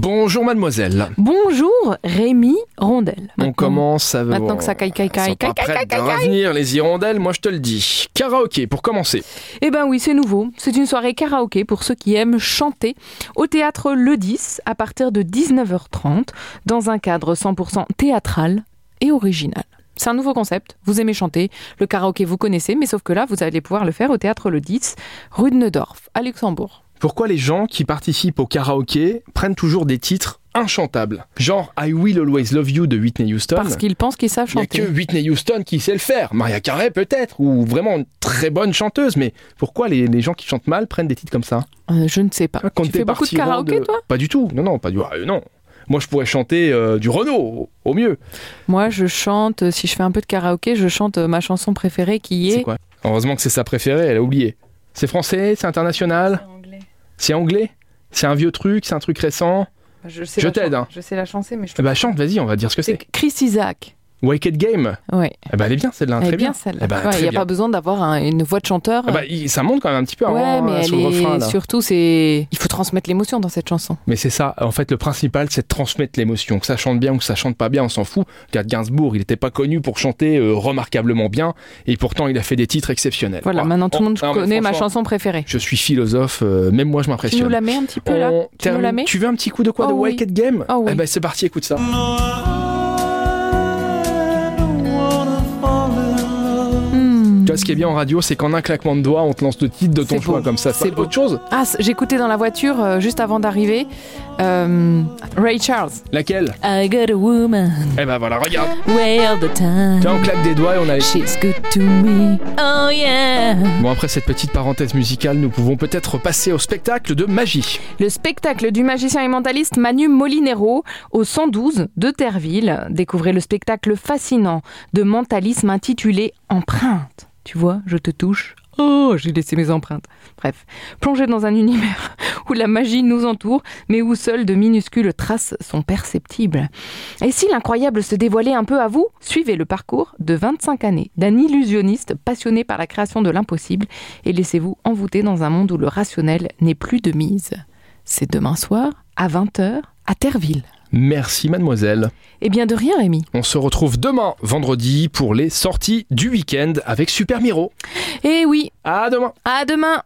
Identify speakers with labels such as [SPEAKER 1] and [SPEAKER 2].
[SPEAKER 1] Bonjour mademoiselle.
[SPEAKER 2] Bonjour Rémi Rondel.
[SPEAKER 1] On commence à
[SPEAKER 2] Maintenant que ça caille, caille, caille,
[SPEAKER 1] Pas hein.
[SPEAKER 2] caille, caille,
[SPEAKER 1] prête de
[SPEAKER 2] caille, caille.
[SPEAKER 1] revenir les hirondelles, moi je te le dis. Karaoké pour commencer.
[SPEAKER 2] Eh ben oui, c'est nouveau. C'est une soirée karaoké pour ceux qui aiment chanter au théâtre Le 10 à partir de 19h30 dans un cadre 100% théâtral et original. C'est un nouveau concept. Vous aimez chanter, le karaoké vous connaissez, mais sauf que là, vous allez pouvoir le faire au théâtre Le 10, rue de Neudorf, à Luxembourg.
[SPEAKER 1] Pourquoi les gens qui participent au karaoké prennent toujours des titres inchantables Genre I Will Always Love You de Whitney Houston.
[SPEAKER 2] Parce qu'ils pensent qu'ils savent
[SPEAKER 1] Il n'y a que
[SPEAKER 2] chanter.
[SPEAKER 1] Whitney Houston qui sait le faire. Maria Carey peut-être, ou vraiment une très bonne chanteuse. Mais pourquoi les, les gens qui chantent mal prennent des titres comme ça
[SPEAKER 2] Euh, je ne sais pas.
[SPEAKER 1] Ah, quand
[SPEAKER 2] tu
[SPEAKER 1] t'es
[SPEAKER 2] fais beaucoup de
[SPEAKER 1] parti loin
[SPEAKER 2] karaoké, toi
[SPEAKER 1] Pas du tout. Non, non, pas du ah, euh, non. Moi, je pourrais chanter euh, du Renault, au- au mieux.
[SPEAKER 2] Moi, je chante, euh, si je fais un peu de karaoké, je chante euh, ma chanson préférée qui
[SPEAKER 1] C'est
[SPEAKER 2] est...
[SPEAKER 1] quoi Heureusement que c'est sa préférée, elle a oublié. C'est français, c'est international,
[SPEAKER 3] anglais.
[SPEAKER 1] c'est anglais, c'est un vieux truc, c'est un truc récent.
[SPEAKER 3] Je, sais
[SPEAKER 1] Je
[SPEAKER 3] la
[SPEAKER 1] t'aide,
[SPEAKER 3] chan-
[SPEAKER 1] hein.
[SPEAKER 3] Je sais la chanter, mais je
[SPEAKER 1] Eh
[SPEAKER 3] trouve
[SPEAKER 1] bah chante, vas-y, on va dire ce que
[SPEAKER 2] C'est
[SPEAKER 1] c'est.
[SPEAKER 2] Chris Isaac.
[SPEAKER 1] Wicked Game.
[SPEAKER 2] Ouais.
[SPEAKER 1] Eh bah elle est bien celle-là,
[SPEAKER 2] Elle
[SPEAKER 1] très
[SPEAKER 2] est bien,
[SPEAKER 1] bien.
[SPEAKER 2] celle-là.
[SPEAKER 1] Eh ben,
[SPEAKER 2] Ouais, Il
[SPEAKER 1] très
[SPEAKER 2] n'y a
[SPEAKER 1] bien.
[SPEAKER 2] pas besoin d'avoir un- une voix de chanteur.
[SPEAKER 1] Eh bah, il- ça monte quand même un petit peu
[SPEAKER 2] ouais,
[SPEAKER 1] avant,
[SPEAKER 2] mais
[SPEAKER 1] hein,
[SPEAKER 2] elle
[SPEAKER 1] sur le
[SPEAKER 2] est-
[SPEAKER 1] refrain. là.
[SPEAKER 2] surtout, c'est il faut transmettre l'émotion dans cette chanson.
[SPEAKER 1] Mais c'est ça, en fait, le principal, c'est de transmettre l'émotion. Que ça chante bien ou que ça chante pas bien, on s'en fout. Regarde Gainsbourg, il n'était pas connu pour chanter euh, remarquablement bien, et pourtant il a fait des titres exceptionnels.
[SPEAKER 2] Voilà,
[SPEAKER 1] Ah,
[SPEAKER 2] maintenant tout
[SPEAKER 1] oh,
[SPEAKER 2] le monde
[SPEAKER 1] non, mais
[SPEAKER 2] connaît ma
[SPEAKER 1] franchement,
[SPEAKER 2] chanson préférée.
[SPEAKER 1] Je suis philosophe, euh, même moi je
[SPEAKER 2] Tu nous
[SPEAKER 1] m'impressionne.
[SPEAKER 2] la mets un petit peu là
[SPEAKER 1] On
[SPEAKER 2] Tu nous la
[SPEAKER 1] termine-
[SPEAKER 2] mets
[SPEAKER 1] tu veux un petit coup de quoi De
[SPEAKER 2] Oh oui.
[SPEAKER 1] Wicked Game
[SPEAKER 2] Oh oui.
[SPEAKER 1] Eh ben c'est parti, écoute ça.
[SPEAKER 2] Hmm.
[SPEAKER 1] Tu vois, ce qui est bien en radio, c'est qu'en un claquement de doigts, on te lance le titre de ton
[SPEAKER 2] C'est
[SPEAKER 1] choix
[SPEAKER 2] beau.
[SPEAKER 1] comme ça.
[SPEAKER 2] C'est
[SPEAKER 1] pas
[SPEAKER 2] beau.
[SPEAKER 1] autre chose
[SPEAKER 2] Ah, c- j'écoutais dans la voiture euh, juste avant d'arriver euh, Ray Charles.
[SPEAKER 1] Laquelle
[SPEAKER 2] I got a woman
[SPEAKER 1] Eh ben voilà, regarde.
[SPEAKER 2] way all the
[SPEAKER 1] Tu
[SPEAKER 2] time.
[SPEAKER 1] vois, on claque des doigts et on a les...
[SPEAKER 2] She's good to me. Oh yeah.
[SPEAKER 1] Bon, après cette petite parenthèse musicale, nous pouvons peut-être passer au spectacle de magie.
[SPEAKER 2] Le spectacle du magicien et mentaliste Manu Molinero au 112 de Terville. Découvrez le spectacle fascinant de mentalisme intitulé Empreinte. Tu vois, je te touche. Oh, j'ai laissé mes empreintes. Bref, plongez dans un univers où la magie nous entoure, mais où seules de minuscules traces sont perceptibles. Et si l'incroyable se dévoilait un peu à vous, suivez le parcours de 25 années d'un illusionniste passionné par la création de l'impossible et laissez-vous envoûter dans un monde où le rationnel n'est plus de mise. C'est demain soir, à 20h, à Terville.
[SPEAKER 1] Merci mademoiselle.
[SPEAKER 2] Eh bien, de rien, Rémi.
[SPEAKER 1] On se retrouve demain, vendredi, pour les sorties du week-end avec Super Miro.
[SPEAKER 2] Eh oui,
[SPEAKER 1] À demain
[SPEAKER 2] à demain